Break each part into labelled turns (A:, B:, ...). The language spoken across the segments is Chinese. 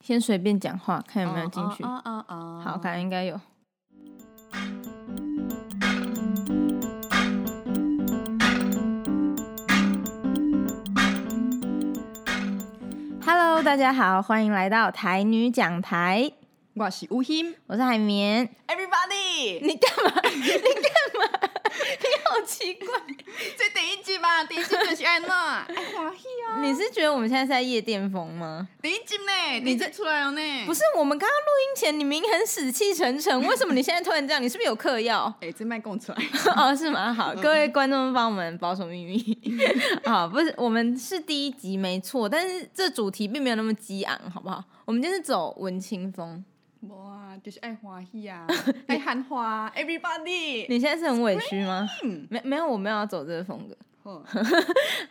A: 先随便讲话，看有没有进去。
B: 哦哦哦，
A: 好，感觉应该有。Hello，大家好，欢迎来到台女讲台，
B: 我是吴昕
A: 我是海绵。
B: ，Everybody，
A: 你干嘛？你干嘛？你好奇怪，
B: 这第一集吧，第一集就是爱那，爱欢喜啊，
A: 你是觉得我们现在是在夜店风吗？
B: 第一集呢，你这出来了呢，
A: 不
B: 是，
A: 是，我们刚刚录音前你明明很死气沉沉，为什么你现在突然这样？你是不是有嗑药？
B: 哎，这麦供出来，
A: 哦，是吗？好，各位观众帮我们保守秘密。 好，不是，我们是第一集没错，但是这主题并没有那么激昂，好不好？我们今天是走文青风。
B: 哇，就是爱欢 喜啊，爱喊花，Everybody，
A: 你现在是很委屈吗？
B: 嗯，
A: 没没有，我没有要走这个风格。
B: 好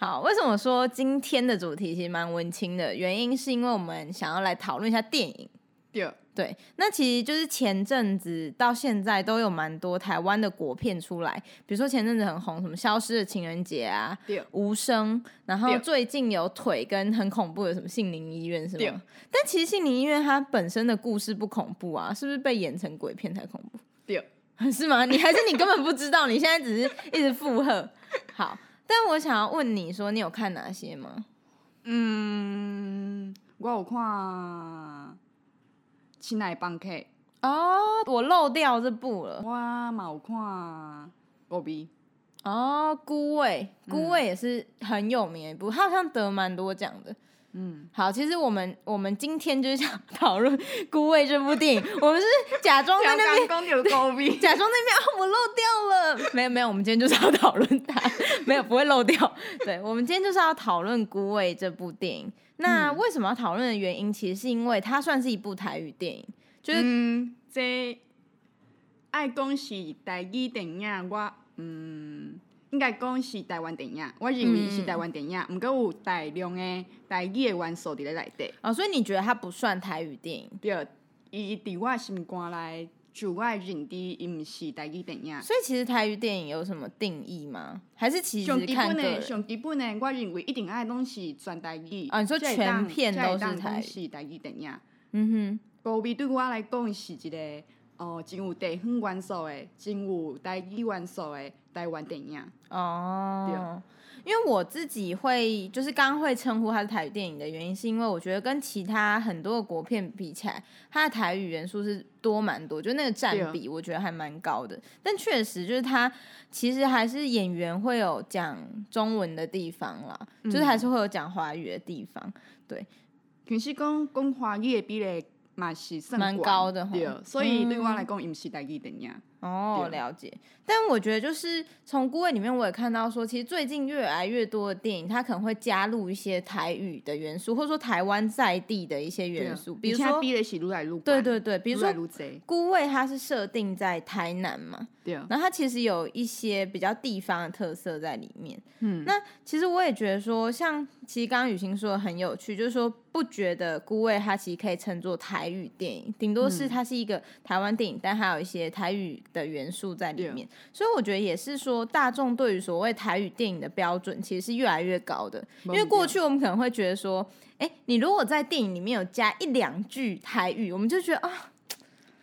A: 好，为什么说今天的主题其实蛮文青的？原因是因为我们想要来讨论一下电影。
B: 对，
A: 对，那其实就是前阵子到现在都有蛮多台湾的国片出来，比如说前阵子很红什么《消失的情人节》啊，
B: 对
A: 《无声》，然后
B: 对
A: 最近有腿跟很恐怖的什么《杏林医院》是
B: 对
A: 吗？但其实《杏林医院》它本身的故事不恐怖啊，是不是被演成鬼片才恐怖？
B: 对，
A: 是吗？你还是你根本不知道，你现在只是一直附和。好，但我想要问你说，你有看哪些吗？
B: 嗯，我有看《亲爱的房客》，
A: 哦，我漏掉这部了。
B: 我嘛有看《五味》，
A: 哦，孤味，孤味也是很有名的一部，他好像得蛮多奖的。
B: 嗯，
A: 好，其实我们我们今天就是想 讨论《孤味》这部电影，我们是假装在哦那边，
B: 讲有五味。
A: 假装那边啊，我漏掉了，没有没有，我们今天就是要讨论它，没有不会漏掉。 对，我们今天就是要讨论《孤味》这部电影。那为什么要讨论的原因，其实是因为它算是一部台语电影，就是
B: 嗯，这爱讲是台语电影，我嗯，应该讲是台湾电影，我认为是台湾电影，毋、过有大量的台语的元素伫咧内底，
A: 哦，所以你觉得它不算台语电影？
B: 对，伊伫我的心肝内，就我的认知，伊毋是台语电影。
A: 所以其实台语电影有什么定义吗？还是其
B: 上
A: 实
B: 基
A: 看
B: 本
A: 个
B: 的，
A: 人？
B: 上基本的，我认为一定爱拢是全台语。
A: 啊你说
B: 才会
A: 全
B: 当
A: 片
B: 才会
A: 都是
B: 当
A: 台
B: 讲
A: 语
B: 是台语电影。
A: 嗯
B: 高味对我来讲是一个哦，真有地方元素的，真有台语元素的台湾电影。
A: 哼，哦，因为我自己会就是刚会称呼它是台语电影的原因，是因为我觉得跟其他很多的国片比起来，它的台语元素是多蛮多，就那个占比我觉得还蛮高的。但确实就是它其实还是演员会有讲中文的地方啦，就是还是会有讲华语的地方，
B: 其实讲讲华语的比例嘛是算
A: 蛮
B: 高
A: 高的吼
B: 对，所以对我来讲，伊毋是台语电影。
A: 哦，
B: 对
A: 了解。但我觉得就是从《孤味》里面，我也看到说，其实最近越来越多的电影，它可能会加入一些台语的元素，或者说台湾在地的一些
B: 啊
A: 元素，比如
B: 而且
A: 说，
B: 比例是愈来愈
A: 对对对，比
B: 愈
A: 如
B: 来
A: 说
B: 愈
A: 《
B: 侪，
A: 孤味》，它是设定在台南嘛，
B: 对，
A: 然后它其实有一些比较地方的特色在里面。
B: 嗯，
A: 那其实我也觉得说，像其实刚刚雨欣说的很有趣，就是说不觉得《孤味》它其实可以称作台语电影，顶多是它是一个台湾电影，但它有一些台语的元素在里面。所以我觉得也是说，大众对于所谓台语电影的标准其实是越来越高的，因为过去我们可能会觉得说，哎，你如果在电影里面有加一两句台语，我们就觉得啊，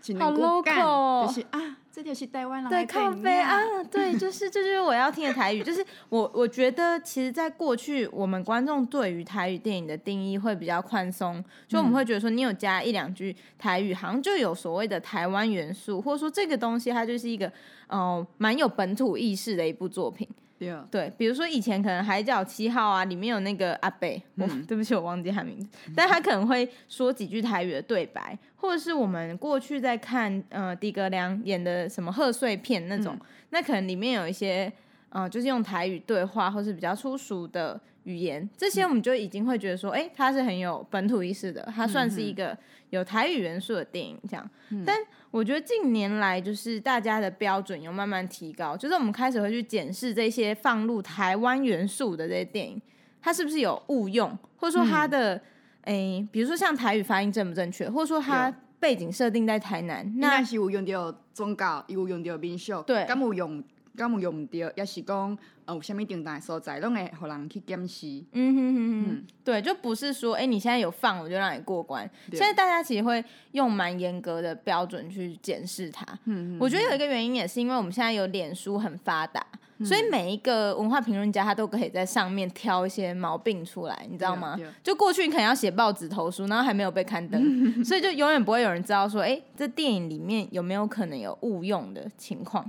B: 真
A: 好
B: 能够干
A: local 哦
B: 就是啊，这就是台湾人
A: 对，
B: 的
A: 靠
B: 电
A: 背
B: 影
A: 啊，，对，就是这就是我要听的台语。就是我我觉得，其实，在过去，我们观众对于台语电影的定义会比较宽松，就我们会觉得说，你有加一两句台语，好像就有所谓的台湾元素，或者说这个东西它就是一个呃蛮有本土意识的一部作品。
B: 对，
A: 对，比如说以前可能《海角七号》啊，里面有那个阿贝，我、 对不起，我忘记他名字，但他可能会说几句台语的对白，或者是我们过去在看呃狄格良演的什么贺岁片那种，那可能里面有一些呃就是用台语对话，或是比较粗俗的语言，这
B: 嗯
A: 些我们就已经会觉得说，哎、它是很有本土意识的，它算
B: 嗯
A: 是一个有台语元素的电影这样。但我觉得近年来就是大家的标准有慢慢提高，就是我们开始会去检视这些放入台湾元素的这些电影，它是不是有误用，或者说
B: 嗯
A: 它的诶、比如说像台语发音正不正确，或者说它
B: 有
A: 背景设定在台南，
B: 应
A: 那
B: 该是有用到宗教，有用到民俗，
A: 对
B: 敢有用敢有用毋对，抑是讲呃有啥物重大的所在，拢会互人去检视。
A: 嗯哼哼哼，对，就不是说，哎、你现在有放，我就让你过关。
B: 对
A: 现在大家其实会用蛮严格的标准去检视它。
B: 嗯
A: 我觉得有一个原因也是因为我们现在有脸书很发达，
B: 嗯
A: 所以每一个文化评论家他都可以在上面挑一些毛病出来，你知道吗
B: 对啊对啊？
A: 就过去你可能要写报纸投书，然后还没有被刊 登，所以就永远不会有人知道说，哎、这电影里面有没有可能有误用的情况？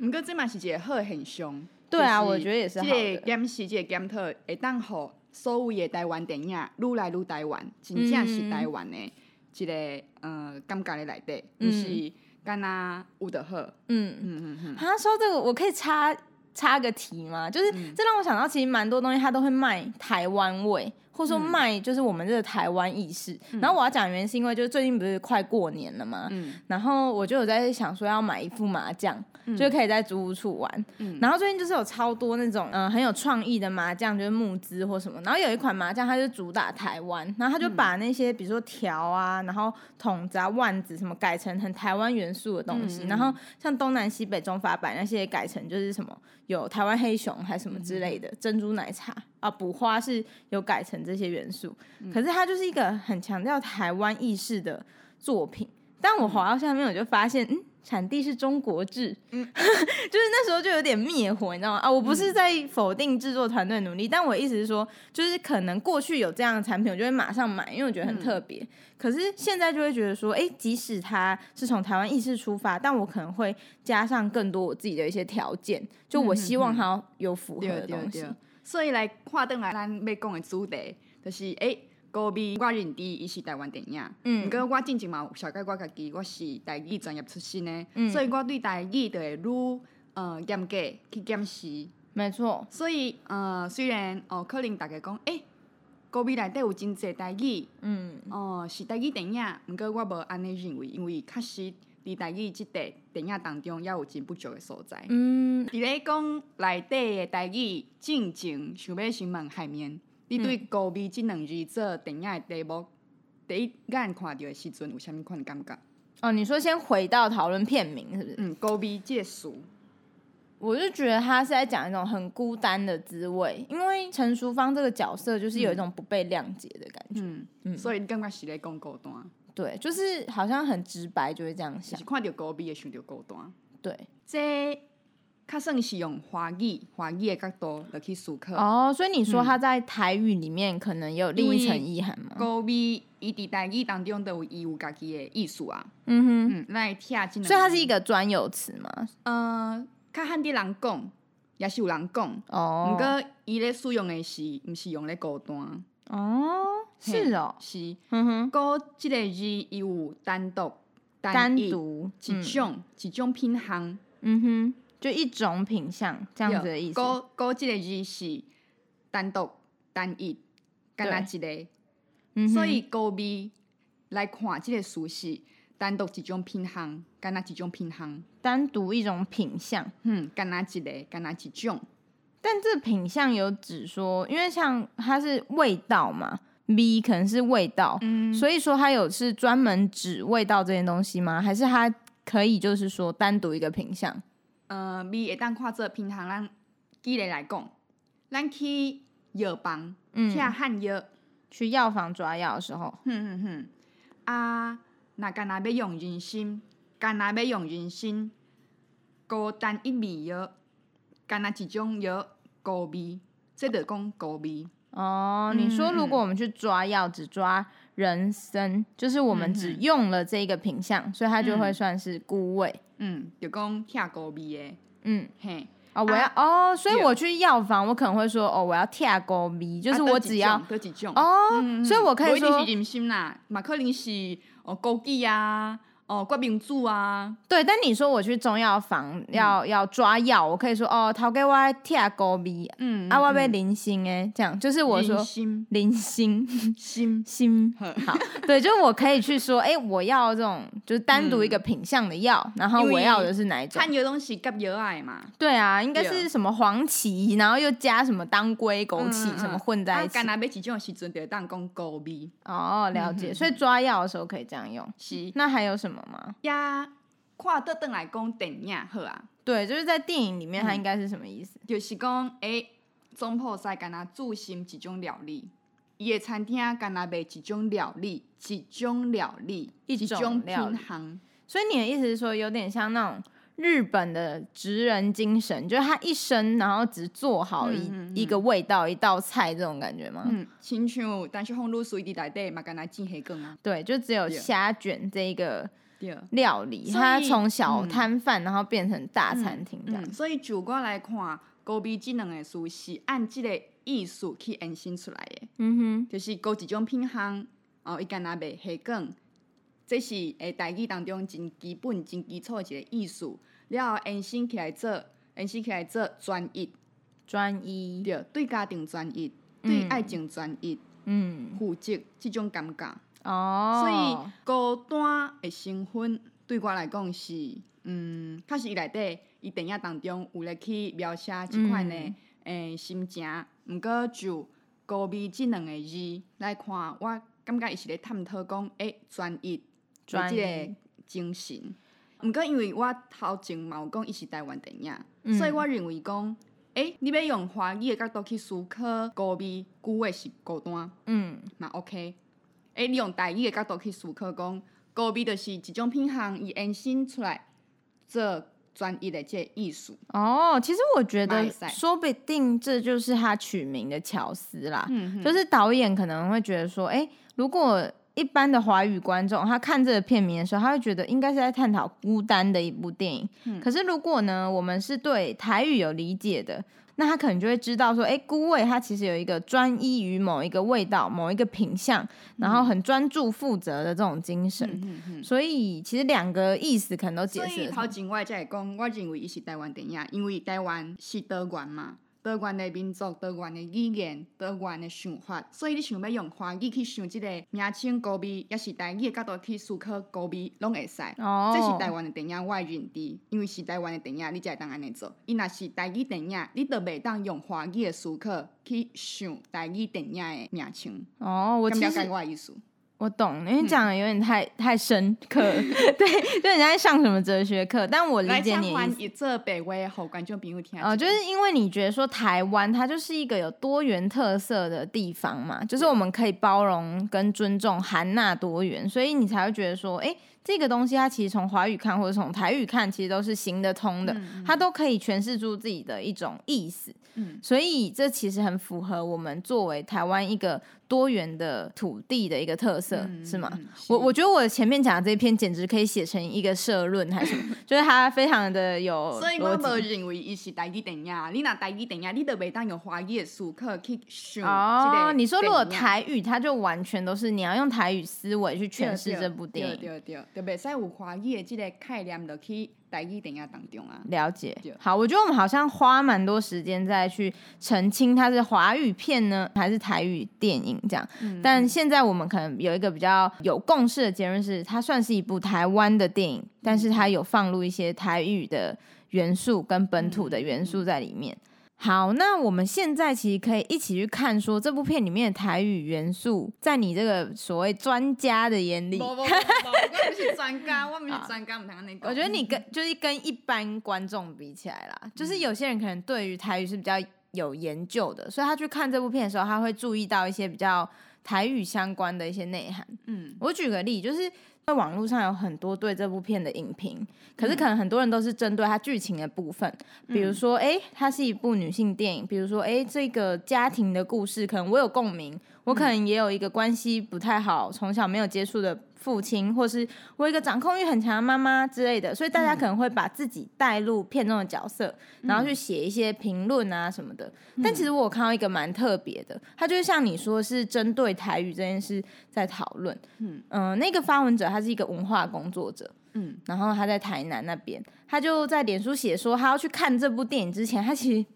B: 毋过这嘛是一个好的现象。
A: 对啊，
B: 就是
A: 我觉得也是好
B: 这
A: 的
B: 个。检视，这个检讨，会当互所有的台湾电影愈来愈台湾，真正是台湾的一个呃感觉的内底，毋、
A: 嗯
B: 是干那有就好。
A: 嗯，
B: 嗯嗯嗯，
A: 他说这个我可以插插个题吗？就是
B: 嗯
A: 这让我想到，其实蛮多东西它都会卖台湾味，或者
B: 嗯
A: 说卖就是我们这个台湾意识。然后我要讲的原因是因为就是最近不是快过年了嘛，
B: 嗯
A: 然后我就有在想说要买一副麻将，就可以在租屋处玩。
B: 嗯
A: 然后最近就是有超多那种嗯、呃很有创意的麻将，就是募资或什么。然后有一款麻将，它就主打台湾，然后它就把
B: 嗯
A: 那些、比如说条啊，然后筒子啊、腕子什么改成很台湾元素的东西。
B: 嗯嗯
A: 然后像东南西北中法版那些也改成就是什么有台湾黑熊还什么之类的，珍珠奶茶啊、补花是有改成这些元素。可是它就是一个很强调台湾意识的作品。但我滑到下面，我就发现，嗯，产地是中国制， 就是那时候就有点灭火，你知道吗？啊，我不是在否定制作团队的努力，但我意思是说，就是可能过去有这样的产品，我就会马上买，因为我觉得很特别。可是现在就会觉得说，哎、即使它是从台湾意识出发，但我可能会加上更多我自己的一些条件，就我希望它有符合
B: 对
A: 的
B: 对
A: 东西。
B: 对。所以来看转来，咱要讲的主题就是诶。高美，我认知伊是台湾电影，
A: 嗯
B: 毋过我进前嘛有小解我家己，我是台语专业出身的，
A: 嗯
B: 所以我对台语就会愈呃严格去检视。
A: 没错，
B: 所以呃，虽然哦，可能大家讲，诶、高美内底有真济台语，
A: 嗯
B: 哦、是台语电影，毋过我无安尼认为，因为确实伫台语即块电影当中，抑有真不足的所在。
A: 嗯，
B: 伫咧讲内底的台语进前，想要先问海绵，你对
A: 嗯
B: 高美即两字做电影的题目，第一眼看到的时阵有啥物款感觉？
A: 哦，你说先回到讨论片名是不是？
B: 嗯，高美即个词，
A: 我就觉得他是在讲一种很孤单的滋味，因为陈淑芳这个角色就是有一种不被谅解的感觉，
B: 嗯，
A: 嗯
B: 所以你感觉是咧讲孤单，
A: 对，就是好像很直白就会这样
B: 就
A: 想
B: 是，看到高美会想到孤单。
A: 对，
B: 这较算是用华语华语的角度来去思考。
A: 哦，所以你说他在台语里面可能也有另一层意涵吗？
B: 高美伊伫台语当中都有伊有家己的意思啊，
A: 嗯
B: 嗯，咱会听即
A: 哼，
B: 两。
A: 所以它是一个专有词嘛，
B: 呃，较罕伫人讲，也是有人讲，毋
A: 哦，
B: 过伊咧使用的是，毋是用咧孤单，
A: 哦，是哦，
B: 是
A: 嗯哼，
B: 高即个字伊有单独、
A: 单
B: 一、
A: 独，
B: 一种、一种品行
A: 嗯哼，就一种品相这样子的意思，
B: 高高即个字是单独、单一，干若一个。
A: 嗯哼
B: 所以高美来看即个词是单独一种品行，干若一种品行，
A: 单独一种品相。
B: 嗯，干若一个，干若一种，
A: 但这品相有指说，因为像它是味道嘛，B 可能是味道，
B: 嗯
A: 所以说它有是专门指味道这件东西吗？还是它可以就是说单独一个品相？
B: 呃，美会当看做品行，咱举例来讲，咱去药房
A: 嗯
B: 吃汉药，
A: 去药房抓药的时候，
B: 哼哼哼，啊，若干若要用人参，干若要用人参，孤单一味药，干若一种药，高味，这著讲高味，
A: 哦，你
B: 嗯
A: 说如果我们去抓药只抓人参，就是我
B: 嗯
A: 们只用了这个品相，所以它就会算是菇味。
B: 嗯，著讲吃高味的，
A: 嗯，
B: 嘿。
A: 哦，我要、哦，所以我去药房，我可能会说哦，我要跳勾鼻，就是
B: 啊
A: 我只要、
B: 得几种，
A: 哦，
B: 嗯
A: 所以我可以
B: 不
A: 说
B: 一定是人参啦，嘛可能是哦枸杞啊，哦决明子啊，
A: 对，但你说我去中药
B: 嗯
A: 房要、要抓药，我可以说哦，头给我贴狗鼻，
B: 嗯
A: 啊，我被零星哎，这样就是我说
B: 心
A: 零星
B: 心，
A: 心好，对，就是我可以去说，哎、我要这种就是单独一个品相的药，然后
B: 嗯因为
A: 我要的是哪一种？
B: 看有东西夹药爱嘛，
A: 对啊，应该
B: 对
A: 是什么黄芪，然后又加什么当归、枸杞、
B: 嗯
A: 什么混在一
B: 啊
A: 起。
B: 干那要几种的时阵，就会当讲高味嗯
A: 哦，了解。所以抓药的时候可以这样用。
B: 是
A: 那还有什么吗？
B: 呀。看倒转来讲电影好啊，
A: 对，就是在电影里面，
B: 嗯
A: 它应该是什么意思？
B: 就是讲，诶、总铺师干那煮心一种料理，伊的餐厅干那卖一种料理，一种料理，
A: 一
B: 一
A: 种
B: 种
A: 料
B: 品
A: 理
B: 行。
A: 所以你的意思是说，有点像那种日本的职人精神，就是他一生然后只做好一、
B: 嗯嗯嗯
A: 一个味道、一道菜这种感觉吗？
B: 嗯，亲像但是红露水伫内底嘛，干那真黑卷啊，
A: 对，就只有
B: 对
A: 虾卷这一个
B: 对。
A: 料理，
B: 所以
A: 它从小
B: 嗯
A: 摊贩、然后变成大餐厅这样。
B: 嗯，所以就我来看，高比即两个词是按即个意思去延伸出来的，
A: 嗯
B: 就是高一种品行，哦，伊干那卖虾卷，这是诶代志当中真基本、真基础的一个意思，了后延伸起来做，延伸起来做专一，
A: 哼，专一，
B: 对，对家庭专一，对爱情专一，
A: 嗯，
B: 负责即种感觉，所
A: 哦，
B: 以孤单的身份对我来讲是，嗯，确实伊内底伊电影当中有咧去描写即款的诶
A: 嗯、
B: 心情，毋过就高美即两个字来看，我感觉伊是咧探讨讲，诶、专一，
A: 专
B: 即
A: 一
B: 个精神。毋过因为我头前嘛有讲伊是台湾电影，
A: 嗯
B: 所以我认为讲，诶、你要用华语的角度去思考高美，句的是孤单。
A: 嗯
B: 嘛 OK。诶，你用台语的角度去思考，讲高美就是一种品行，伊延伸出来做专一的这个意思。
A: 哦，其实我觉
B: 马
A: 得
B: 来西亚
A: 说不定这就是他取名的巧思啦。
B: 嗯
A: 就是导演可能会觉得说，哎、如果一般的华语观众他看这个片名的时候，他会觉得应该是在探讨孤单的一部电影。
B: 嗯
A: 可是如果呢，我们是对台语有理解的，那他可能就会知道说，哎、孤味它其实有一个专一于某一个味道、某一个品相，然后很专注负责的这种精神。
B: 嗯嗯。
A: 所以其实两个意思可能都解
B: 所
A: 释
B: 以
A: 得
B: 头
A: 通。
B: 前我才会讲，我认为伊是台湾电影，因为台湾是多元嘛，多元的民族、多元的语言、多元的想法，所以你想要用华语去想即个名称高美，也是台语的角度去思考高美，拢会使。
A: 哦，
B: 这是台湾的电影，我的认知，因为是台湾的电影，你才会当安尼做。伊若是台语电影，你就袂当用华语的思考去想台语电影的名称。
A: 哦，我
B: 敢
A: 其
B: 了
A: 实
B: 解我的意思。
A: 我懂，
B: 嗯
A: 因为讲的有点太、太深 刻，对，就你在上什么哲学课，但我理
B: 来，
A: 解你的意思。
B: 翻译做白话，互观众朋友听一下。
A: 哦，就是因为你觉得说台湾它就是一个有多元特色的地方嘛，就是我们可以包容跟尊重、含纳多元，所以你才会觉得说，哎、这个东西它其实从华语看或者从台语看，其实都是行得通的，它都可以诠释出自己的一种意思。
B: 嗯
A: 所以这其实很符合我们作为台湾一个多元的土地的一个特色，
B: 嗯
A: 是吗？
B: 嗯
A: 我
B: 是
A: 我觉得我前面讲的这一篇简直可以写成一个社论还是什 么，就是它非常的有
B: 所以
A: 逻
B: 我
A: 辑
B: 无认为伊是台语电影。你若台语电影，你就袂当用华语的思考去想。
A: 哦，你说如果台
B: 台
A: 语，它就完全都是你要用台语思维去诠释这部电影。
B: 啊对对对，就袂使有华语的即个概念落去台语电影当 中啊。
A: 了解
B: 对，
A: 好，我觉得我们好像花蛮多时间在去澄清它是华语片呢，还是台语电影这样。但现在我们可能有一个比较有共识的结论是，它算是一部台湾的电影，但是它有放入一些台语的元素跟本土的元素在里面。好，那我们现在其实可以一起去看，说这部片里面的台语元素，在你这个所谓专家的眼里，
B: 无无无，无我毋是专家，我毋是专家，毋通安尼讲。
A: 我觉得你跟就是跟一般观众比起来啦，就是有些人可能对于台语是比较有研究的，所以他去看这部片的时候，他会注意到一些比较台语相关的一些内涵。
B: 嗯，
A: 我举个例，就是在网络上有很多对这部片的影评，可是可能很多人都是针对它剧情的部分，比如说，诶，它是一部女性电影，比如说，诶，这个家庭的故事，可能我有共鸣，我可能也有一个关系不太好，从小没有接触的父亲，或是我有一个掌控欲很强的妈妈之类的，所以大家可能会把自己带入片中的角色，然后去写一些评论啊什么的。但其实我有看到一个蛮特别的，它就是像你说是针对台语这件事在讨论。嗯、那个发文者他是一个文化工作者，
B: 嗯，
A: 然后他在台南那边，他就在脸书写说他要去看这部电影之前，他其实。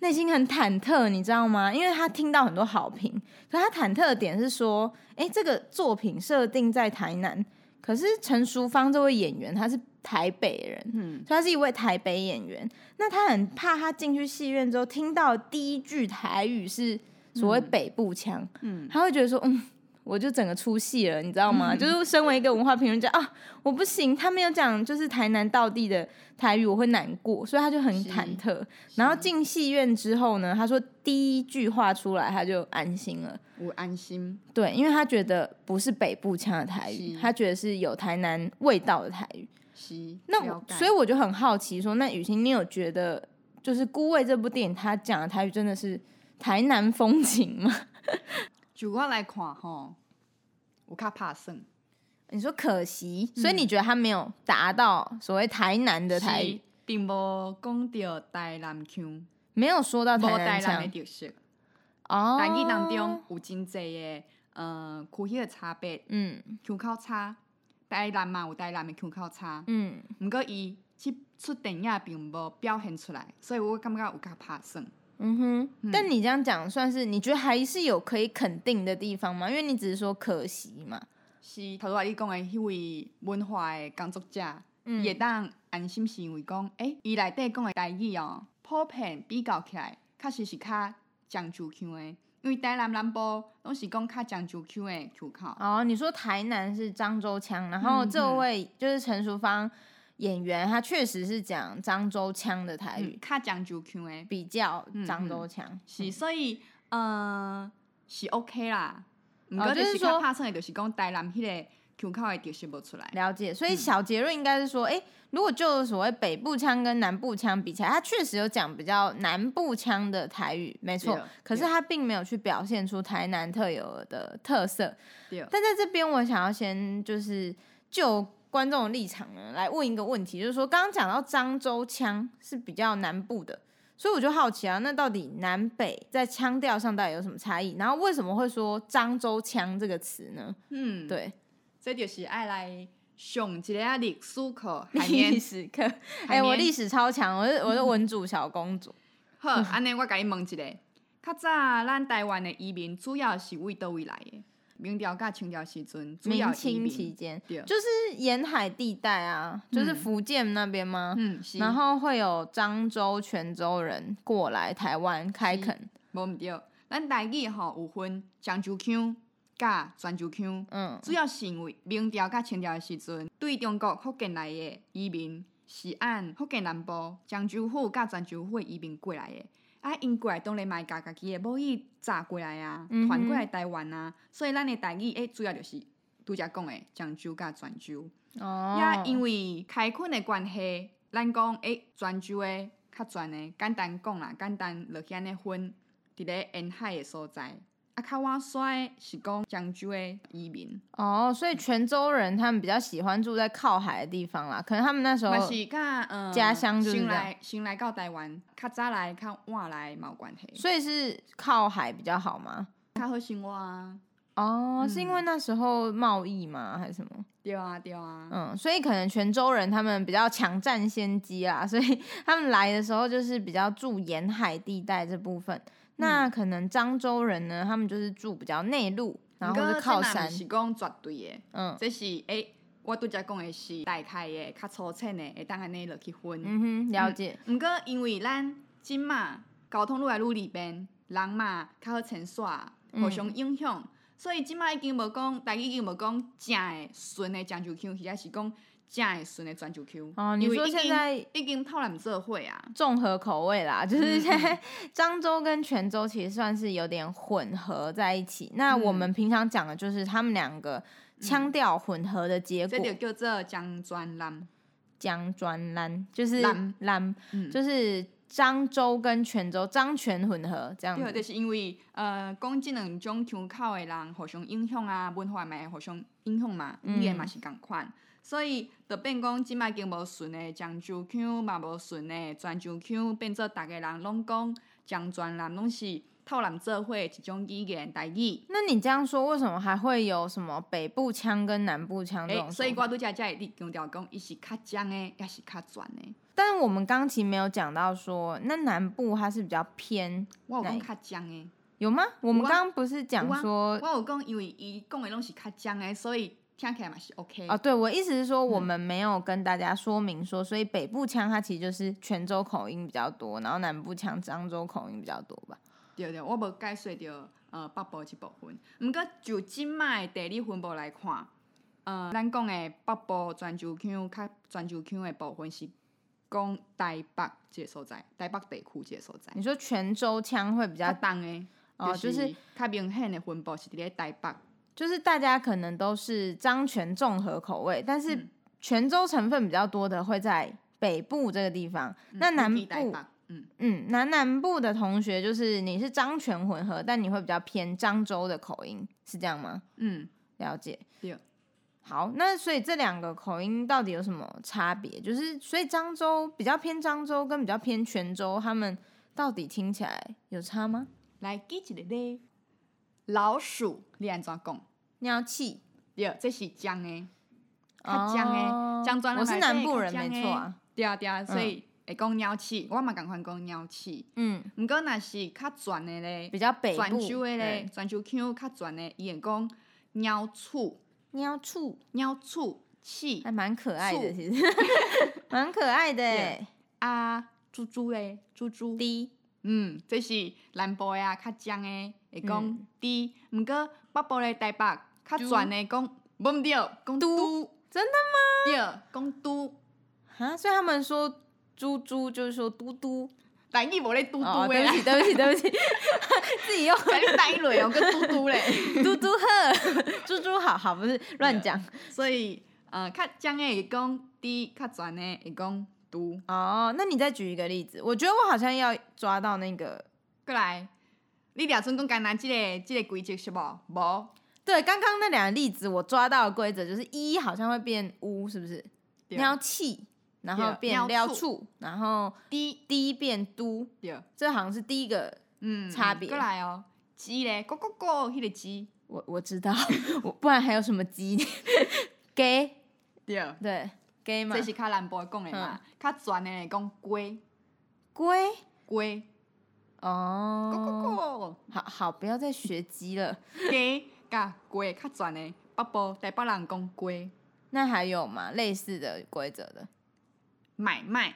A: 内心很忐忑，你知道吗？因为他听到很多好评，可他忐忑的点是说，哎、这个作品设定在台南，可是陈淑芳这位演员她是台北人，
B: 嗯
A: 所以她是一位台北演员。那她很怕她进去戏院之后听到第一句台语是所谓北部腔，
B: 嗯嗯
A: 她会觉得说，嗯，我就整个出戏了，你知道吗？就是身为一个文化评论家啊，我不行，他没有讲就是台南道地的台语，我会难过，所以他就很忐忑。然后进戏院之后呢，他说第一句话出来他就安心了，
B: 有安心，
A: 对，因为他觉得不是北部腔的台语，
B: 是
A: 他觉得是有台南味道的台语。
B: 是。
A: 那我所以
B: 以
A: 我就很好奇说，那雨欣，你有觉得就是《孤味》这部电影，他讲的台语真的是台南风情吗？
B: 就我来看吼，有较拍算。
A: 你说可惜，所以
B: 嗯
A: 你觉得他没有达到所谓台南的台语
B: 是，，并无讲到台南腔，
A: 没有说到
B: 无
A: 台
B: 台
A: 南
B: 南
A: 腔
B: 的特色。
A: 哦。
B: 台语当中，有真济的，呃，区域的差别，
A: 嗯
B: 腔口差。台南嘛有台南的腔口差，
A: 嗯，
B: 毋过伊即出电影并无表现出来，所以我感觉有较拍算。
A: 嗯哼，但你这样讲算是你觉得还是有可以肯定的地方吗？因为你只是说可惜嘛，
B: 是头拄仔你讲的迄位文化的工作者，
A: 嗯
B: 伊会当安心是因为讲，诶、伊内底讲的台语哦，普遍比较起来，确实是较漳州腔的，因为台南南部拢是讲较漳州腔的腔口。
A: 哦，你说台南是漳州腔，然后
B: 嗯
A: 这
B: 嗯
A: 位就是陈淑芳演员，他确实是讲漳州腔的台
B: 嗯
A: 语，
B: 较漳州腔的，
A: 比较
B: 嗯
A: 漳
B: 嗯
A: 州腔。
B: 是所以，呃，是 OK 啦。毋
A: 哦
B: 过
A: 就
B: 就是是较
A: 说
B: 拍算的，就是讲台南迄个腔口的特色无出来。嗯
A: 了解，所以小结论应该是说，诶，如果就所谓北部腔跟南部腔比起来，他确实有讲比较南部腔的台语，没错
B: 对了。
A: 可是
B: 对哦
A: 他并没有去表现出台南特有的特色。
B: 对哦了
A: 但在这边，我想要先就是就观众的立场呢，来问一个问题，就是说刚刚讲到漳州腔是比较南部的，所以我就好奇啊，那到底南北在腔调上到底有什么差异？然后为什么会说漳州腔这个词呢？
B: 嗯，
A: 对，
B: 这就是爱来上一个历史 课，还
A: 历
B: 免
A: 史课，哎、
B: 海绵嗯
A: 我历史超强，我是我是文主小公主。
B: 好，安尼我甲你问一个，较早咱台湾的移民主要是为倒位来的？明朝甲清朝时阵， 主要
A: 明
B: 移
A: 清期
B: 民。
A: 间，
B: 对
A: 就是沿海地带啊，就是福建那边吗？
B: 嗯，是。
A: 然后会有漳州、泉州人过来台湾开垦，
B: 无毋对，咱台语吼有分漳州腔甲泉州腔，
A: 嗯，
B: 主要是因为明朝甲清朝的时阵，对中国福建来的移民是按福建南部漳州府甲泉州府的移民过来的。啊，因过来当然嘛，家家己的母语炸过来啊，
A: 嗯哼
B: 传过来台湾啊，所以咱的台语诶，主要就是拄则讲的漳州甲泉州。
A: 哦，
B: 也因为开垦的关系，咱讲诶，泉州的较全的，简单讲啦，简单落去安尼分，伫咧沿海的所在。啊，较晚衰是讲漳州的移民，
A: 哦，所以泉州人他们比较喜欢住在靠海的地方啦，可能他们那时候
B: 嘛是甲呃
A: 哦家乡就是
B: 先
A: 这样
B: 来先来到台湾，较早来较晚来嘛有关系，
A: 所以是靠海比较好吗？
B: 较好生活啊，
A: 哦，是因为那时候贸易吗，还是什么？
B: 对啊对啊，
A: 嗯，所以可能泉州人他们比较抢占先机啦，所以 他们来的时候就是比较住沿海地带这部分。
B: 嗯
A: 那可能漳州人呢，他们就是住比较内陆，然后
B: 不
A: 或
B: 过
A: 是靠
B: 这若
A: 山
B: 不。是讲绝对的，
A: 嗯
B: 这是诶、我拄则讲的是大概的较粗浅的，会当安尼落去分。
A: 嗯哼，了解。
B: 毋过因为咱即嘛交通愈来愈利便，人嘛较好清煞，
A: 嗯
B: 互相影响，所以即嘛已经无讲，大家已经无讲正诶纯诶漳州腔，或者是讲正诶纯诶泉州腔。
A: 哦你
B: 因为
A: 说
B: 已经
A: 现在
B: 已经套咱做伙啊，
A: 综合口味啦，就是
B: 嗯
A: 现在 漳州跟泉州其实算是有点混合在一起。那
B: 嗯
A: 我们平常讲的就是他们两个腔调混合的结
B: 这
A: 果，
B: 就叫做漳泉南。
A: 江专兰就是
B: 兰
A: 兰
B: 嗯，
A: 就是漳州跟泉州漳泉混合这样
B: 对，就
A: 子。
B: 是因为呃，讲即两种腔口诶人互相影响啊，文化嘛会互相影响嘛，
A: 嗯
B: 语言嘛是共款，所以就变讲即摆已经无顺诶漳州腔嘛无顺诶泉州腔，变做逐个人拢讲漳泉人拢是透南做伙的一种语言代语。
A: 那你这样说，为什么还会有什么北部腔跟南部腔这
B: 诶、
A: 种说法？
B: 所以我拄则才会伫强调讲，伊是较尖诶，抑是较全诶。
A: 但我们刚其实没有讲到说，那南部它是比较偏，
B: 我有
A: 哪
B: 讲
A: 一
B: 较尖诶，
A: 有吗？我们
B: 有啊
A: 刚刚不是讲
B: 有啊
A: 说
B: 我有讲，因为伊讲诶拢是较尖诶，所以听起来嘛是 OK。
A: 哦，对，我意思是说，我们没有跟大家说明说，所以北部腔它其实就是泉州口音比较多，然后南部腔漳州口音比较多吧。
B: 对对，我无解释着呃北部即部分。毋过就即摆地理分布来看，呃，咱讲的北部泉州腔较泉州腔的部分是讲台北即个所在，台北地区即个所在。
A: 你说泉州腔会比
B: 较
A: 较，
B: 重的，
A: 嗯哦就是
B: 较明显的分布是伫咧台北。
A: 就是大家可能都是张全综合口味，但
B: 嗯
A: 是泉州成分比较多的会在北部这个地方，那
B: 嗯
A: 南
B: 尤其台
A: 部
B: 北，嗯，
A: 嗯，南南部的同学就是你是漳泉混合，但你会比较偏漳州的口音，是这样吗？
B: 嗯，
A: 了解。
B: 对。
A: 好，那所以这两个口音到底有什么差别？就是所以漳州比较偏漳州跟比较偏泉州，他们到底听起来有差吗？
B: 来记一个咧，老鼠你安怎讲？
A: 尿气，
B: 对，这是江诶，较欸江诶，江专
A: 哦我是南部人没错啊。
B: 对啊对啊，所以会讲鸟气，我嘛共款讲鸟气。
A: 嗯，
B: 毋过若是较全诶咧
A: 比，较北
B: 泉
A: 部。
B: 州诶咧
A: 嗯，，
B: 泉州腔较全诶，伊会讲鸟厝、
A: 尿醋
B: 鸟厝气
A: 还蛮可爱的，
B: 醋
A: 其实 蛮可爱的欸。
B: 啊，猪猪咧，猪猪。
A: 低，
B: 嗯，这是南部的啊，较尖的会讲
A: 嗯
B: 猪，毋过北部的台北较
A: 猪
B: 全的讲，无毋对，
A: 猪
B: 讲猪，
A: 真的
B: 对，讲猪，
A: 啊，所以他们说猪猪就是说嘟嘟，
B: 台语无咧嘟欸
A: 哦，
B: 嘟
A: 对
B: 的
A: 不
B: 啦，
A: 起，对不起，对不起，自己又
B: 甲你台落哦，个嘟嘟咧，
A: 嘟嘟呵，猪猪好好，不是
B: 啊
A: 乱讲
B: 所以呃，较尖的会讲猪，较全的会讲猪，
A: 哦。那你再举一个例子，我觉得我好像要抓到那个，
B: 过来，你俩准讲干哪即个即个规则是无？无，
A: 对，刚刚那两个例子我抓到的规则就是一好像会变乌，是不是？
B: 对啊
A: 撩气，然后
B: 对啊
A: 变撩
B: 撩
A: 处，然后
B: 猪，
A: 低变嘟，
B: 对，
A: 这好像是第一个。
B: 嗯，
A: 差别
B: 过来哦，鸡咧，咕咕咕，迄个鸡，
A: 我我知道，我不然还有什么鸡 ？gay
B: 对。
A: 对 gay 嘛嗯
B: 这，是较南部的讲的嘛，较全的会讲龟
A: 龟
B: 龟，咕
A: 哦，
B: 咕
A: 好好不要再学鸡了。
B: 咕，鸡甲龟较全的，北部台北人讲龟
A: 那还有吗？类似的规则的
B: 买卖，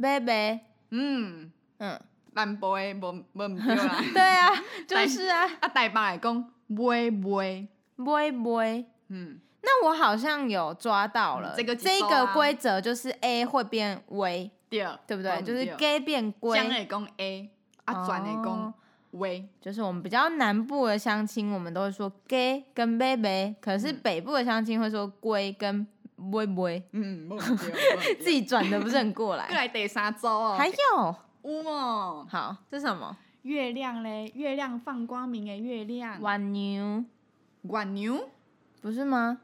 A: ，baby，
B: 嗯，
A: 嗯，
B: 南部的无无毋对
A: ，
B: 啦
A: 对啊，就是啊
B: 啊台北来讲买买，
A: ，boy boy。
B: 嗯，
A: 那我好像有抓到了，
B: 嗯这个
A: 这
B: 几周啊
A: 个规则就是 A 会变 V，
B: 对，
A: 对不对？
B: 无毋
A: 就是 gay 变龟，
B: 江的讲 A，啊全的
A: 哦
B: 讲龟，
A: 就是我们比较南部的相亲，我们都会说 gay 跟 baby，可是
B: 嗯
A: 北部的相亲会说龟跟 boy boy，
B: 嗯，无毋对，
A: 自己转的不是很过
B: 过
A: 来。
B: 来第三组哦，
A: 还有，
B: 有哦，
A: 好，这是什么？
B: 月亮咧，月亮放光明的月亮，
A: 玩牛
B: 月娘。
A: 不是吗？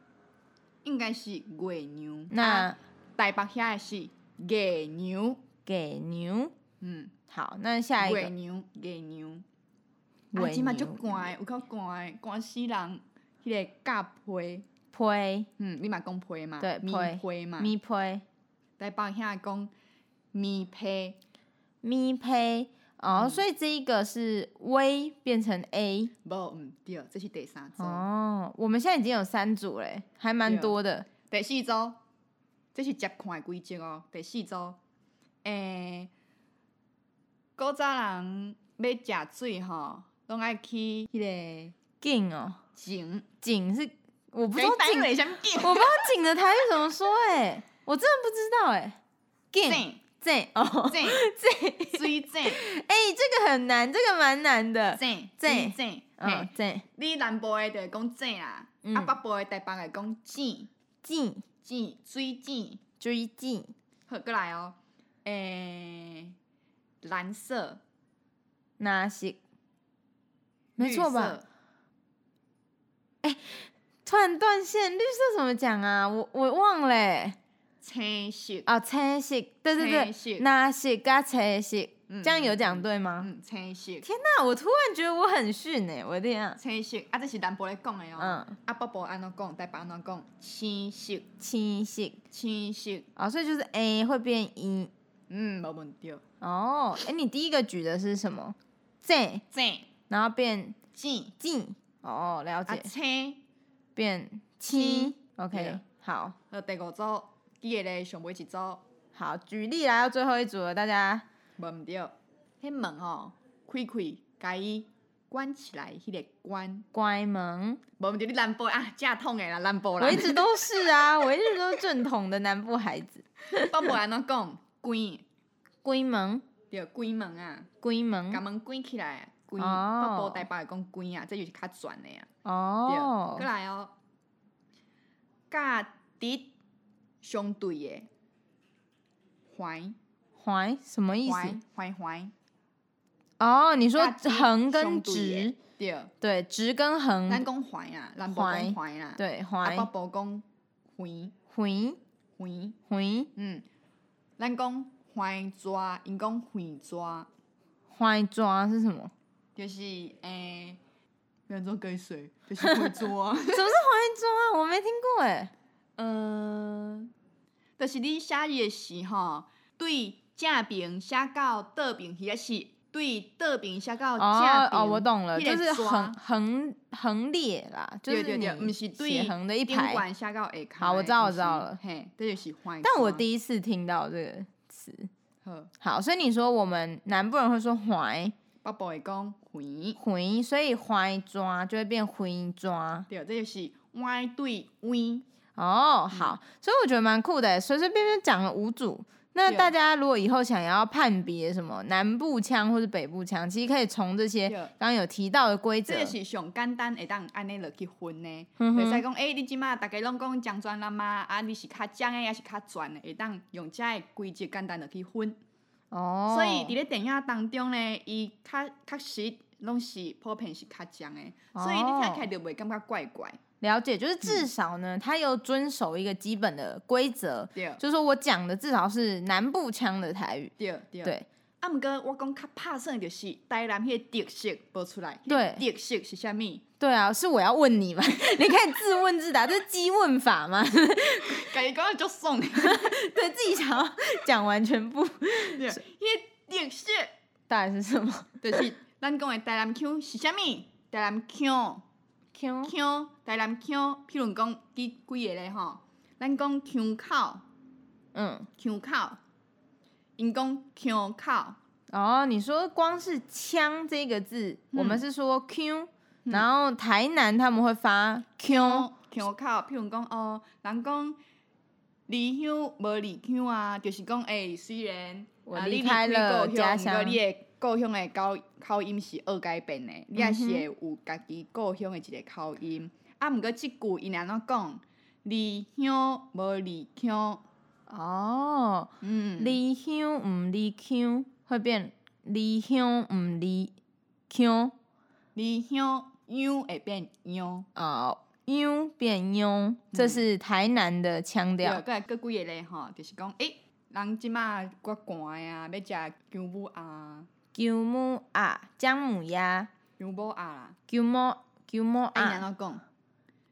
B: 应该是月娘，
A: 那、
B: 啊、台北遐的是月娘，
A: 给牛。
B: 嗯，
A: 好，那下一
B: 月
A: 个
B: 娘月娘，
A: 月
B: 啊，即嘛足
A: 娘
B: 寒的，有够寒的，寒死人，迄、个甲被，
A: 呸
B: 嗯，你嘛讲被嘛，
A: 对
B: 棉
A: 被
B: 被嘛，
A: 咪呸
B: 台北遐讲棉被，
A: 咪呸哦，
B: 嗯
A: 所以这一个是 V 变成 A
B: 无毋对，这是第三组，
A: 哦。我们现在已经有三组嘞，还蛮
B: 对啊
A: 多的。
B: 第四组，这是接看的规则哦，第四组，诶、古早人要食水吼，拢爱去迄个
A: 景哦，
B: 井。
A: 景是我不
B: 不
A: 知道哦景，
B: 尾先变
A: 我不知道景的台语怎么说哎，我真的不知道哎。景
B: 正
A: 景哦，
B: 正
A: 景
B: 水正
A: 哎，这个很难，这个蛮难的。
B: 正
A: 正
B: 水正，
A: 嗯
B: 嘿，，
A: 景
B: 你南部的就会讲正啦，
A: 嗯
B: 啊北部的台北会讲正
A: 景
B: 正水正，
A: 追景
B: 好过来哦，诶，蓝色，
A: 那是没错吧？
B: 绿色？
A: 突然断线，绿色怎么讲啊？我我忘了欸、
B: 青色，
A: 啊，青色，对对
B: 青色
A: 对，那是跟青色，
B: 嗯
A: 这样有讲对吗？
B: 嗯，青色，
A: 天哪、我突然觉得我很逊哎、我的天啊！
B: 青色，啊这是南部咧讲的哦，
A: 嗯，
B: 啊北部安怎讲，台北安怎讲？青色，
A: 青色
B: 青色，
A: 哦，所以就是 A 会变一
B: 嗯，无问题，
A: 哦。哎、你第一个举的是什么？正，
B: 正
A: 然后变
B: 正，
A: 进哦，了解，
B: 啊青。
A: 变青
B: 青。
A: OK，
B: 对
A: 好
B: 呃，第五组，记个咧上尾一组，
A: 好，举例来到最后一组了，大家
B: 无毋对，迄门吼、开开，甲伊关起来迄个关，
A: 关门。
B: 无毋着你南部啊，正痛诶啦，南部啦
A: 我一。直都是啊，我一直都是正统的南部孩 子。
B: 北部安怎讲？关，
A: 关门，
B: 着关门啊，
A: 关
B: 甲
A: 门。
B: 门关起来，关。
A: 哦
B: 北部台北会讲关啊，这就是较全诶啊。
A: 哦
B: 对，过，来哦，甲敌相对诶，怀
A: 怀什么意
B: 怀
A: 思？
B: 怀怀，
A: 哦，你说
B: 甲直
A: 横跟
B: 相对耶
A: 直，
B: 对，
A: 对，直跟
B: 咱
A: 横，
B: 讲怀啊，南部讲怀啦，，
A: 嗯对，
B: 啊
A: 怀
B: 北部讲怀
A: 回
B: 怀，
A: 回
B: 嗯，咱讲怀抓，因讲怀抓，
A: 怀抓是什么？
B: 就是诶，要做给谁？就是怀抓，
A: 什么是怀啊抓？我没听过哎。
B: 嗯，就是你写字的时吼，对正边写到倒边，或者是对倒边写到正
A: 哦
B: 边。
A: 哦，我懂了，
B: 那
A: 就
B: 个
A: 是
B: 抓
A: 横横横列啦，就
B: 对
A: 是
B: 对
A: 你
B: 对，毋是对
A: 斜横的一
B: 顶
A: 排。
B: 管写到下骹。
A: 好我知道
B: 不
A: 我知道
B: 是
A: 了
B: 嘿，这就是换。
A: 但我第一次听到这个词。
B: 好，
A: 好，所以你说我们南部人会说怀
B: 北部会讲回，
A: 回，所以怀抓就会变回抓。
B: 对，这就是歪对弯。嗯
A: 哦，好，所以我觉得蛮酷的，欸随随便便讲了五组。那
B: 对
A: 大家如果以后想要判别什么南部腔或是北部腔，其实可以从这些
B: 对
A: 刚刚有提到的规则
B: 这就是上简单会当安尼落去分的，
A: 嗯哼
B: 袂使讲诶，欸你即马逐家拢讲漳泉人嘛，啊你是较漳诶，还是较全的，会当用遮个规则简单落去分。
A: 哦。
B: 所以伫咧电影当中呢，伊较确实拢是普遍是较强的，
A: 哦
B: 所以你听起来就袂感觉怪怪。
A: 了解，就是至少呢，他有遵守一个基本的规则，
B: 对
A: 就是说我讲的至少是南部腔的台语。
B: 对对。
A: 对
B: 啊，毋过我讲较拍算的就是台南迄个特色无出来，
A: 对
B: 特色是啥物？
A: 对啊，是我要问你吗？ 你可以自问自答，这是激问法吗？
B: 家己讲就爽的，
A: 对自己想要讲完全部，
B: 对迄个特色
A: 到底是什么
B: 就是咱讲的台南腔是啥物？台南腔
A: ？Q
B: 腔，台南腔，譬如讲几几个咧吼，咱讲腔口
A: 嗯，
B: 腔口，因讲腔口。
A: 哦，你说光是“腔”这个字，
B: 嗯
A: 我们是说 “q”，然后台南他们会发嗯 “q”，
B: 腔口，譬如讲哦，人讲离乡无离乡啊，就是讲诶、虽然
A: 我
B: 啊
A: 离
B: 你
A: 开了
B: 故
A: 家
B: 乡，毋过
A: 乡嗯
B: 你的故乡的口口音是二改变的，你也是会有家己故乡的一个口音。啊，毋过即句因安怎讲？离乡无离乡，
A: 哦，
B: 嗯，
A: 离乡唔离乡，会变离乡唔离乡，
B: 离乡样会变样。
A: 哦，央变央，这是台南的腔
B: 对，
A: 调。
B: 过来过几个咧吼，就是讲诶、人即马较寒的啊，要食姜母鸭、
A: 姜母鸭、姜母鸭、
B: 姜母鸭啦，
A: 姜母姜母
B: 啊，因安
A: 鸭、
B: 怎讲？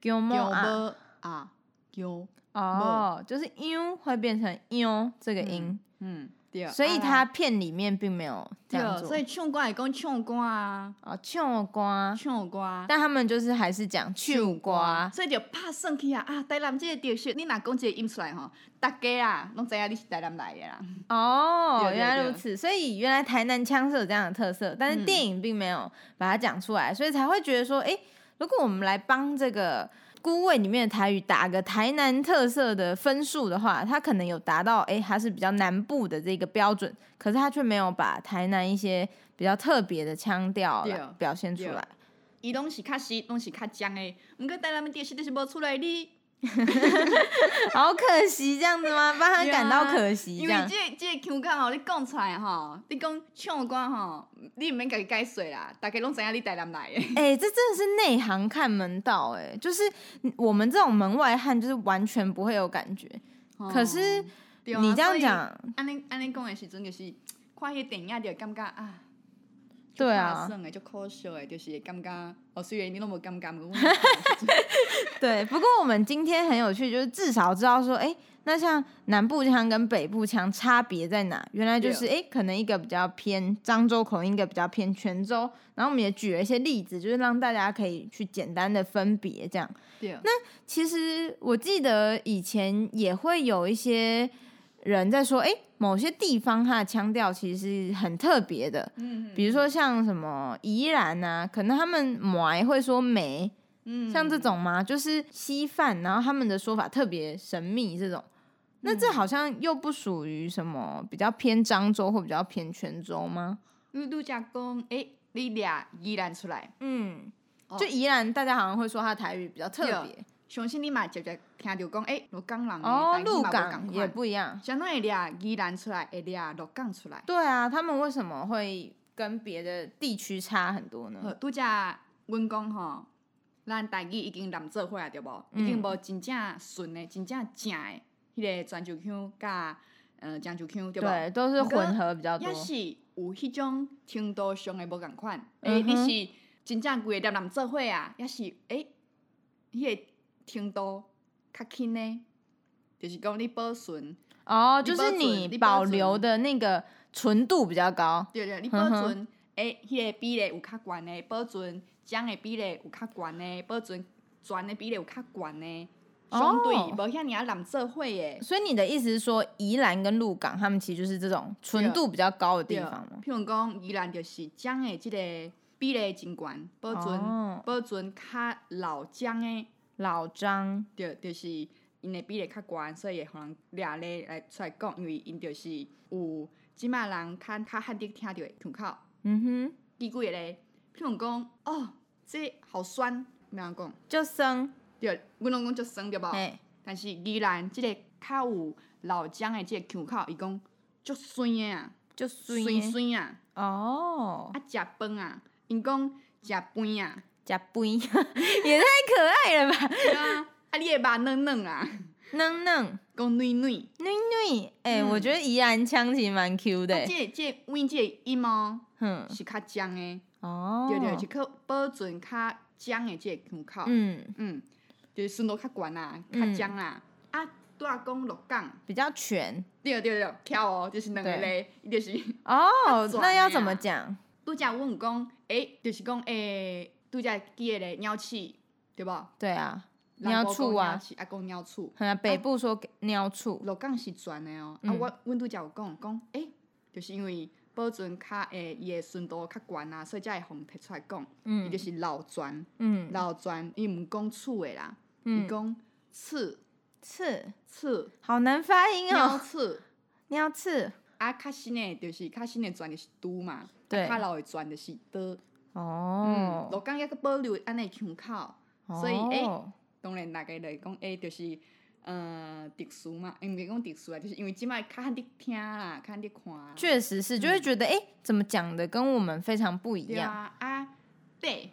A: 姜母
B: 姜
A: 鸭。
B: 母啊，姜，
A: 哦，就是央会变成央这个
B: 嗯
A: 音，
B: 嗯，对。
A: 所以
B: 啊
A: 它片里面并没有这样
B: 对，
A: 做。
B: 所以唱歌会讲唱歌啊，
A: 哦，唱歌，
B: 唱歌。啊
A: 但他们就是还是讲唱歌。
B: 所以就拍算去啊！啊，台南即个特色，你若讲即个音出来吼，大家啊拢知影你是台南来的啦。
A: 哦，
B: 对对
A: 原来
B: 对
A: 如此，所以原来台南腔是有这样的特色，但是
B: 嗯
A: 电影并没有把它讲出来，所以才会觉得说，诶，如果我们来帮这个《孤味》里面的台语打个台南特色的分数的话，它可能有达到，诶，它是比较南部的这个标准，可是它却没有把台南一些比较特别的腔调
B: 对哦
A: 来表现出
B: 对
A: 来。
B: 伊拢是较实，拢是较僵的。毋过台南的特色就是无出来你，
A: 好可惜这样子吗？帮他
B: 对啊
A: 感到可惜这
B: 因为
A: 样。
B: 即、个即、个腔口吼，你讲出来吼，你讲唱歌吼，你毋免家己解释啦，大家拢知影你台南来的。
A: 哎、这真的是内行看门道哎、就是我们这种门外汉，就是完全不会有感觉。可是
B: 哦对啊
A: 你这样
B: 所以
A: 讲，
B: 安尼安尼讲的时阵，就是看迄个电影就会感觉啊，
A: 对
B: 拍
A: 啊，
B: 算的就可惜的，就是会感觉哦，虽然你拢无感觉，毋过阮看的时
A: 对。不过我们今天很有趣，就是至少知道说，哎、那像南部腔跟北部腔差别在哪？原来
B: 啊
A: 就是哎、诶可能一个比较偏漳州口音，一个比较偏泉州。然后我们也举了一些例子，就是让大家可以去简单的分别这样。
B: 阵对，
A: 其实我记得以前也会有一些人在说，哎、某些地方它的腔调其实是很特别的，
B: 嗯
A: 比如说像什么宜兰啊，可能他们埋会说梅，
B: 嗯
A: 像这种吗？就是稀饭，然后他们的说法特别神秘这种。那这好像又不属于什么比较偏漳州或比较偏泉州吗？
B: 你拄则讲，诶、你俩依然出来，
A: 嗯
B: 哦，
A: 就宜兰大家好像会说他台语比较特别
B: 相信你嘛直接听着讲，诶、鹿港人
A: 哦，鹿港
B: 港
A: 也不一样。
B: 相当会俩依然出来，会俩鹿港出来。
A: 对啊，他们为什么会跟别的地区差很多
B: 好
A: 呢？
B: 拄则阮讲吼，咱台语已经难做伙啊，对无？
A: 嗯
B: 已经无真正纯的、真正正的迄、个泉州腔甲呃漳州腔，对无？
A: 对，都是混合比较多
B: 也。是有迄种程度上的无共款。诶、
A: 嗯哼
B: 你是真正规个点人做伙啊，也是诶，迄、个程度较轻的，就是讲你保存，
A: 哦，
B: 你
A: 就
B: 保
A: 是
B: 存
A: 你
B: 你保
A: 保
B: 存
A: 留的那个纯度比较高。
B: 对对，你
A: 嗯
B: 保
A: 哼
B: 存诶，迄、个比例有较悬的，保存奖的比例有较悬的，保存全的比例有较悬的，相对
A: 哦
B: 无遐尔人做伙的。
A: 所以你的意思是说，宜兰跟鹿港他们其实就是这种纯度比较高的地
B: 对，
A: 方吗？
B: 譬如讲，依然就是奖的即个比例真悬，保存、
A: 哦
B: 保存较老奖的。
A: 老张，
B: 对，就是因的比例较悬，所以会互人掠咧来出来讲，因为因就是有即马人较较罕得听着腔口，
A: 嗯哼，
B: 第几个咧，譬如讲，哦，这好酸，要安讲，
A: 就生，
B: 对，阮拢讲足酸对无？
A: 哎、
B: 但是依然即个较有老姜的即个腔口，伊讲足酸的啊，
A: 就
B: 酸
A: 水耶
B: 酸啊，
A: 哦，
B: 啊食饭啊，因讲食饭啊，
A: 加杯， 也太可爱了吧，
B: 对啊， 啊你的肉软软啊，
A: 嫩嫩
B: 讲软
A: 嫩
B: 软。
A: 嫩，哎、
B: 嗯
A: 我觉得宜兰腔其实蛮 Q 的、
B: 啊，即、个即、个阮即个音哦，
A: 哼、
B: 是较僵的，
A: 哦，
B: 对对，是较保存较僵的即个腔口，
A: 嗯，
B: 嗯，就是顺路较悬啊，较
A: 嗯
B: 僵啊。啊，拄啊讲鹿港，
A: 比较全
B: 对对对，巧哦，就是两个
A: 对
B: 咧，伊就是
A: 哦
B: 它，转
A: 那要怎
B: 了
A: 么
B: 呀
A: 讲？
B: 拄则阮有讲，诶，就是讲诶，拄则记诶咧鸟鼠，对无？
A: 对啊，
B: 人
A: 鸟
B: 无讲
A: 醋啊
B: 鸟，鼠，啊讲鸟鼠，
A: 好像北部说鸟醋，
B: 鹿港是全的哦。啊，
A: 嗯
B: 我阮拄则有讲讲，诶，就是因为保存较诶，伊诶顺度较悬啊，所以才会互摕出来讲，伊
A: 嗯
B: 就是老全。
A: 嗯
B: 老全伊毋讲厝诶啦，伊
A: 嗯，
B: 讲刺
A: 刺，
B: 刺
A: 好难发音
B: 鸟
A: 哦，
B: 刺，
A: 鸟刺，
B: 啊较新诶就是较新诶全就是拄嘛，
A: 对
B: 啊较老诶全就是刀。嗯，
A: 哦，
B: 鹿港抑阁保留安尼腔口，所以诶
A: 哦
B: 当然大家就会讲诶，就是呃特殊嘛，因为讲特殊啊，就是因为即摆较罕伫听啦，较罕伫看啦。
A: 确实是，就会觉得哎、诶怎么讲的跟我们非常不一
B: 对
A: 样，
B: 啊，啊对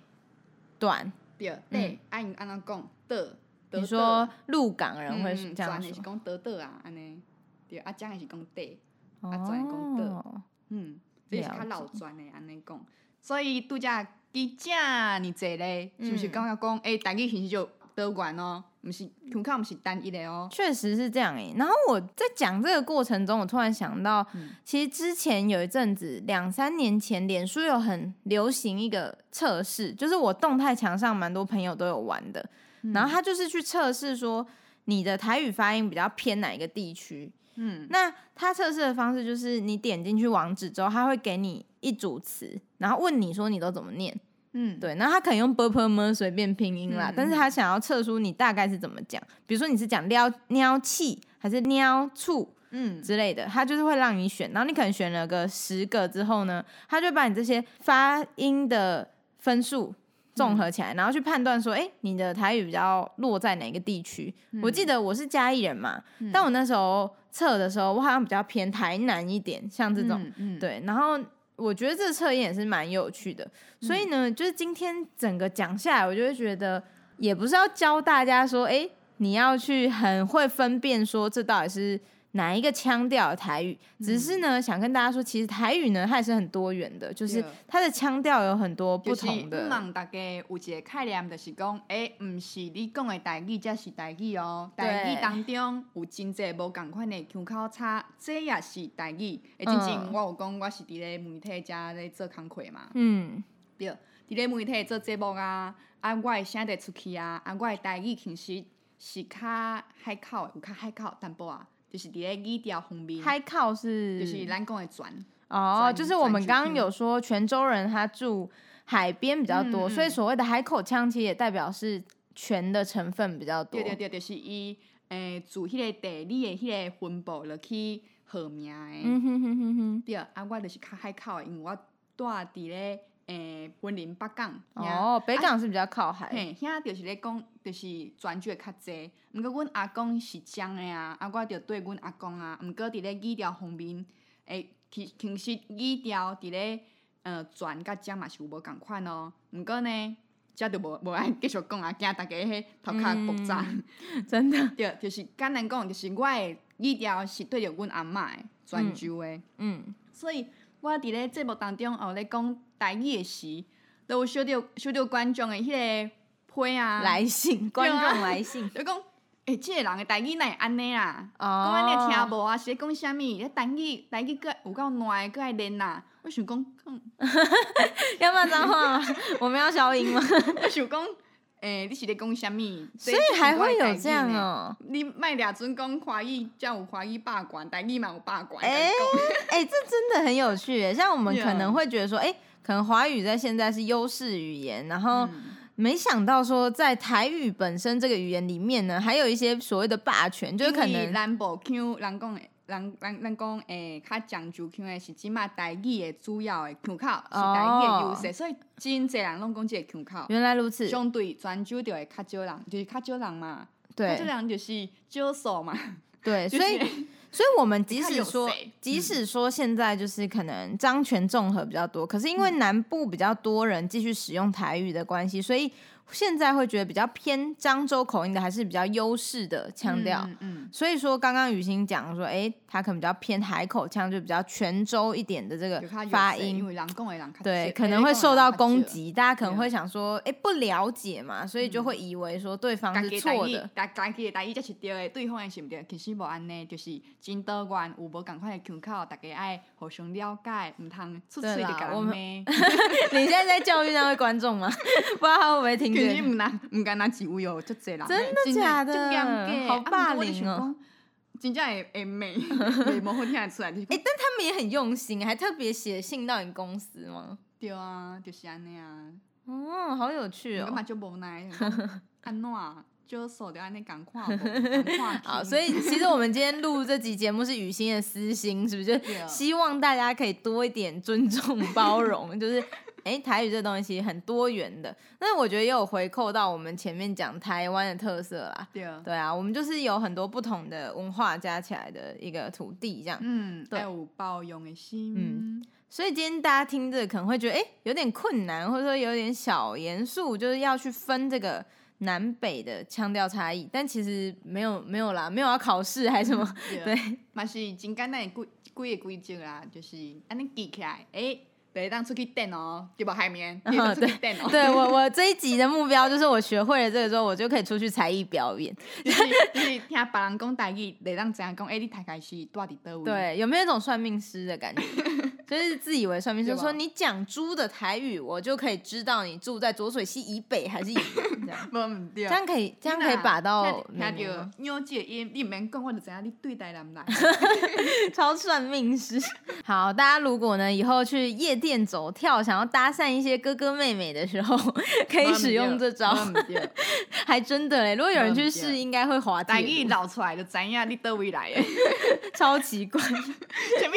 A: 短。
B: 对
A: 嗯
B: 对，啊因安怎讲得得
A: 你说鹿港人会
B: 嗯，
A: 这样
B: 全的是
A: 说，
B: 讲得得啊安尼，对啊，讲诶是讲对。啊转的讲的
A: 哦，
B: 嗯，这是较
A: 了
B: 老
A: 解
B: 专的安尼讲，所以拄则记者尔济咧，是毋是
A: 嗯
B: 感觉讲，诶、台语其实就多元哦，毋是腔口毋是单一的哦。
A: 确实是这样哎、然后我在讲这个过程中，我突然想到，
B: 嗯
A: 其实之前有一阵子，两三年前，脸书有很流行一个测试，就是我动态墙上蛮多朋友都有玩的，
B: 嗯
A: 然后他就是去测试说你的台语发音比较偏哪一个地区。
B: 嗯
A: 那他测试的方式就是你点进去网址之后，他会给你一组词，然后问你说你都怎么念。
B: 嗯，
A: 对，那他可能用 b p m 随便拼音啦，
B: 嗯
A: 但是他想要测出你大概是怎么讲，比如说你是讲撩撩气还是撩醋
B: 嗯
A: 之类的，他就是会让你选，然后你可能选了个十个之后呢，他就把你这些发音的分数。
B: 嗯
A: 综合起来，然后去判断说，哎、你的台语比较落在哪个地区？我
B: 嗯
A: 记得我是嘉义人嘛，但我那时候测的时候，我好像比较偏台南一点，像这种，
B: 嗯嗯，
A: 对，然后我觉得这个测验也是蛮有趣的，所以
B: 嗯
A: 呢，就是今天整个讲下来，我就会觉得也不是要教大家说，哎、你要去很会分辨说这到底是哪一个腔调的台语，只是
B: 嗯
A: 呢，想跟大家说，其实台语呢它也是很多元的，就是
B: 对
A: 它的腔调有很多不
B: 就是
A: 同的，
B: 让大家有一个概念，就是讲，诶、毋是你讲的台语才是台语哦，
A: 对
B: 台语当中有真济无共款的腔口差，这也是台语。诶、之前
A: 嗯
B: 我有讲，我是伫咧媒体遮咧做工课嘛。
A: 嗯，
B: 对，伫咧媒体做节目啊，啊，我会声得出去啊，啊，我的台语其实是较海口的，有较海口淡薄啊，就是伫咧语调方面，
A: 嗨靠是
B: 就是咱讲的转。
A: 哦，
B: 转
A: 就是我们
B: 转去
A: 刚刚
B: 听
A: 有说泉州人他住海边比较多，
B: 嗯嗯
A: 所以所谓的海口腔其实也代表是泉的成分比较多。
B: 对对对，就是伊诶，自迄个地理的迄个分布落去号名的。
A: 嗯哼哼哼哼，
B: 对，啊，我就是较海口的，因为我住伫咧诶文林北港。遐
A: 哦，北港是比较靠海。
B: 啊嘿，遐就是咧讲，就是泉州的较济。毋过阮阿公是漳的啊，啊，我着对阮阿公啊。毋过伫咧语调方面，诶、其其实语调伫咧呃泉甲漳嘛是有无共款哦。毋过呢，遮就无无爱继续讲啊，惊大家迄头壳爆炸。
A: 嗯真的，
B: 对，就是简单讲，就是我的语调是对着阮阿嬷的泉州的。
A: 嗯，
B: 所以我伫咧节目当中哦咧讲台语的时，都有收到收到观众的迄个批啊，
A: 来 信观众来信
B: 就讲，诶、即、个人的台语哪会安尼啦？
A: 哦，
B: 讲安尼听无啊？是咧讲啥物？咧台语台语个有够烂的，个爱练啦。我想讲，讲
A: 要骂脏话吗？我们要消 音吗？
B: 我想讲，诶、你是咧讲啥物？
A: 所以还会有这样
B: 哦。
A: 哦、
B: 你卖俩准讲华语，才有华语霸权，台语嘛有霸权。
A: 诶哎、这真的很有趣耶。像我们
B: 啊
A: 可能会觉得说，哎、可能华语在现在是优势语言，然后
B: 嗯
A: 没想到说在台语本身这个语言里面呢，还有一些所谓的霸权，就是可
B: 因为
A: 能
B: 咱无腔，人讲的，人人人讲诶，较漳州腔的是即马台语的主要的腔口，是台语的
A: 哦
B: 优势，所以真侪人拢讲即个腔口。
A: 原来如此，
B: 相对泉州就会较少人，就是较少人嘛，较少
A: 对
B: 人就是少数嘛，
A: 对，
B: 就
A: 所
B: 是
A: 以所以我们即
B: 看
A: 使
B: 有
A: 说
B: 谁，嗯
A: 即使说现在就是可能张权综合比较多，可是因
B: 嗯
A: 为南部比较多人继续使用台语的关系，所以现在会觉得比较偏漳州口音的还是比较优势的腔调。
B: 嗯嗯
A: 所以说，刚刚雨欣讲说，诶，他可能比较偏海口腔，就比较泉州一点的这个
B: 嗯，就较有
A: 发
B: 势因
A: 音，
B: 为人讲的人较少
A: 对，可能会
B: 啊
A: 受到攻，击，大家可能
B: 对
A: 会想说，诶，不了解嘛，所以就会以为说对方
B: 人
A: 是
B: 讲的
A: 错
B: 人较
A: 的
B: 少。家己的台语，家家己的台语才是对的，对方的是毋对，其实无安尼，就是真多元有无共款的腔口，大家爱互相了解，毋通出
A: 对
B: 喙就
A: 啦
B: 甲
A: 我
B: 人
A: 们
B: 骂。
A: 你现在在教育那位观众吗？ 不知道他会不会听
B: 其实
A: 见？
B: 毋难毋敢若一位哦，足侪人
A: 真的假的好霸凌哦！
B: 真正会会美，美模糊听得出来，就是
A: 哎、但他们也很用心，还特别写信到你公司吗？
B: 对啊，就是安 尼啊，
A: 哦，好有趣
B: 我嘛
A: 哦！
B: 就无奈，想讲安怎啊少数着安尼共看无，共看
A: 好，
B: 去
A: 所以其实我们今天录这集节目是雨欣的私心，是不是？
B: 对
A: 就希望大家可以多一点尊重、包容，就是。哎，台语这东西其实很多元的，那我觉得也有回扣到我们前面讲台湾的特色啦。
B: 对，
A: 对啊，我们就是有很多不同的文化加起来的一个土地这样。
B: 嗯，
A: 对
B: 要有包容的心，
A: 嗯所以今天大家听这个可能会觉得，哎、有点困难，或者说有点小严肃，就是要去分这个南北的腔调差异。但其实没有没有啦，没有要考试还是什么，
B: 嗯
A: 对，
B: 嘛是真简单的规规个规则啦，就是安尼记起来，诶，就会当出去等哦，对无海绵，你会当出去等哦。
A: 对我我这一集的目标就是我学会了这个之后，我就可以出去才艺表 演。
B: 就是就是听别人讲台语，会当知影讲，诶、欸你大概是住伫倒位？，
A: 对，有没有一种算命师的感觉？ 就是自以为算命师
B: 对吧
A: 说你讲猪的台语，我就可以知道你住在左水溪以北还是以南，这样
B: 无毋对。
A: 这样可以这样可以把到
B: 听
A: 南
B: 听
A: 宁吗
B: 着鸟即个音，你毋免讲，我就知影你对待 人来。
A: 超算命师。好，大家如果呢以后去夜店走跳，想要搭讪一些哥哥妹妹的时候，可以使用这招，
B: 无毋对，
A: 还真的嘞。如果有人去
B: 没有
A: 试，应该会滑
B: 台
A: 铁
B: 语
A: 卢，
B: 流出来就知影你倒 位来的。
A: 超奇怪。
B: 啥物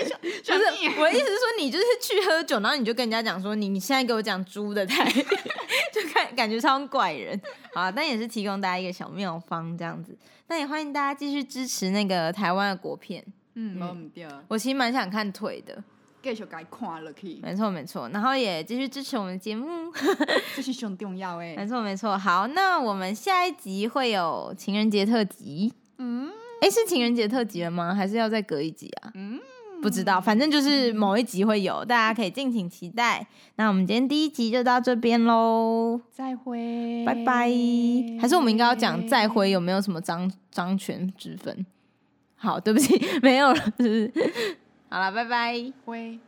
B: 啥
A: 就
B: 啥
A: 是
B: 物？
A: 我意思是说，你就是去喝酒，然后你就跟人家讲说，你你现在给我讲猪的台语， 就看感觉超像怪人。好啊，但也是提供大家一个小妙方这样子。那也欢迎大家继续支持那个台湾的国片，
B: 嗯，无毋对，
A: 我其实蛮想看腿的。
B: 继续甲伊看落 去，
A: 没错没错，然后也继续支持我们的节目。
B: 这是上重要诶。
A: 没错，没错。好，那我们下一集会有情人节特辑。
B: 嗯
A: 哎，是情人节特辑了吗？还是要再隔一集啊？
B: 嗯，
A: 不知道，反正就是某一集会有，大家可以敬请期待。那我们今天第一集就到这边喽，
B: 再会，
A: 拜拜。还是我们应该要讲再会有没有什么张张权之分？ 好，对不起，没有了，是不是？好了，拜拜。
B: 会。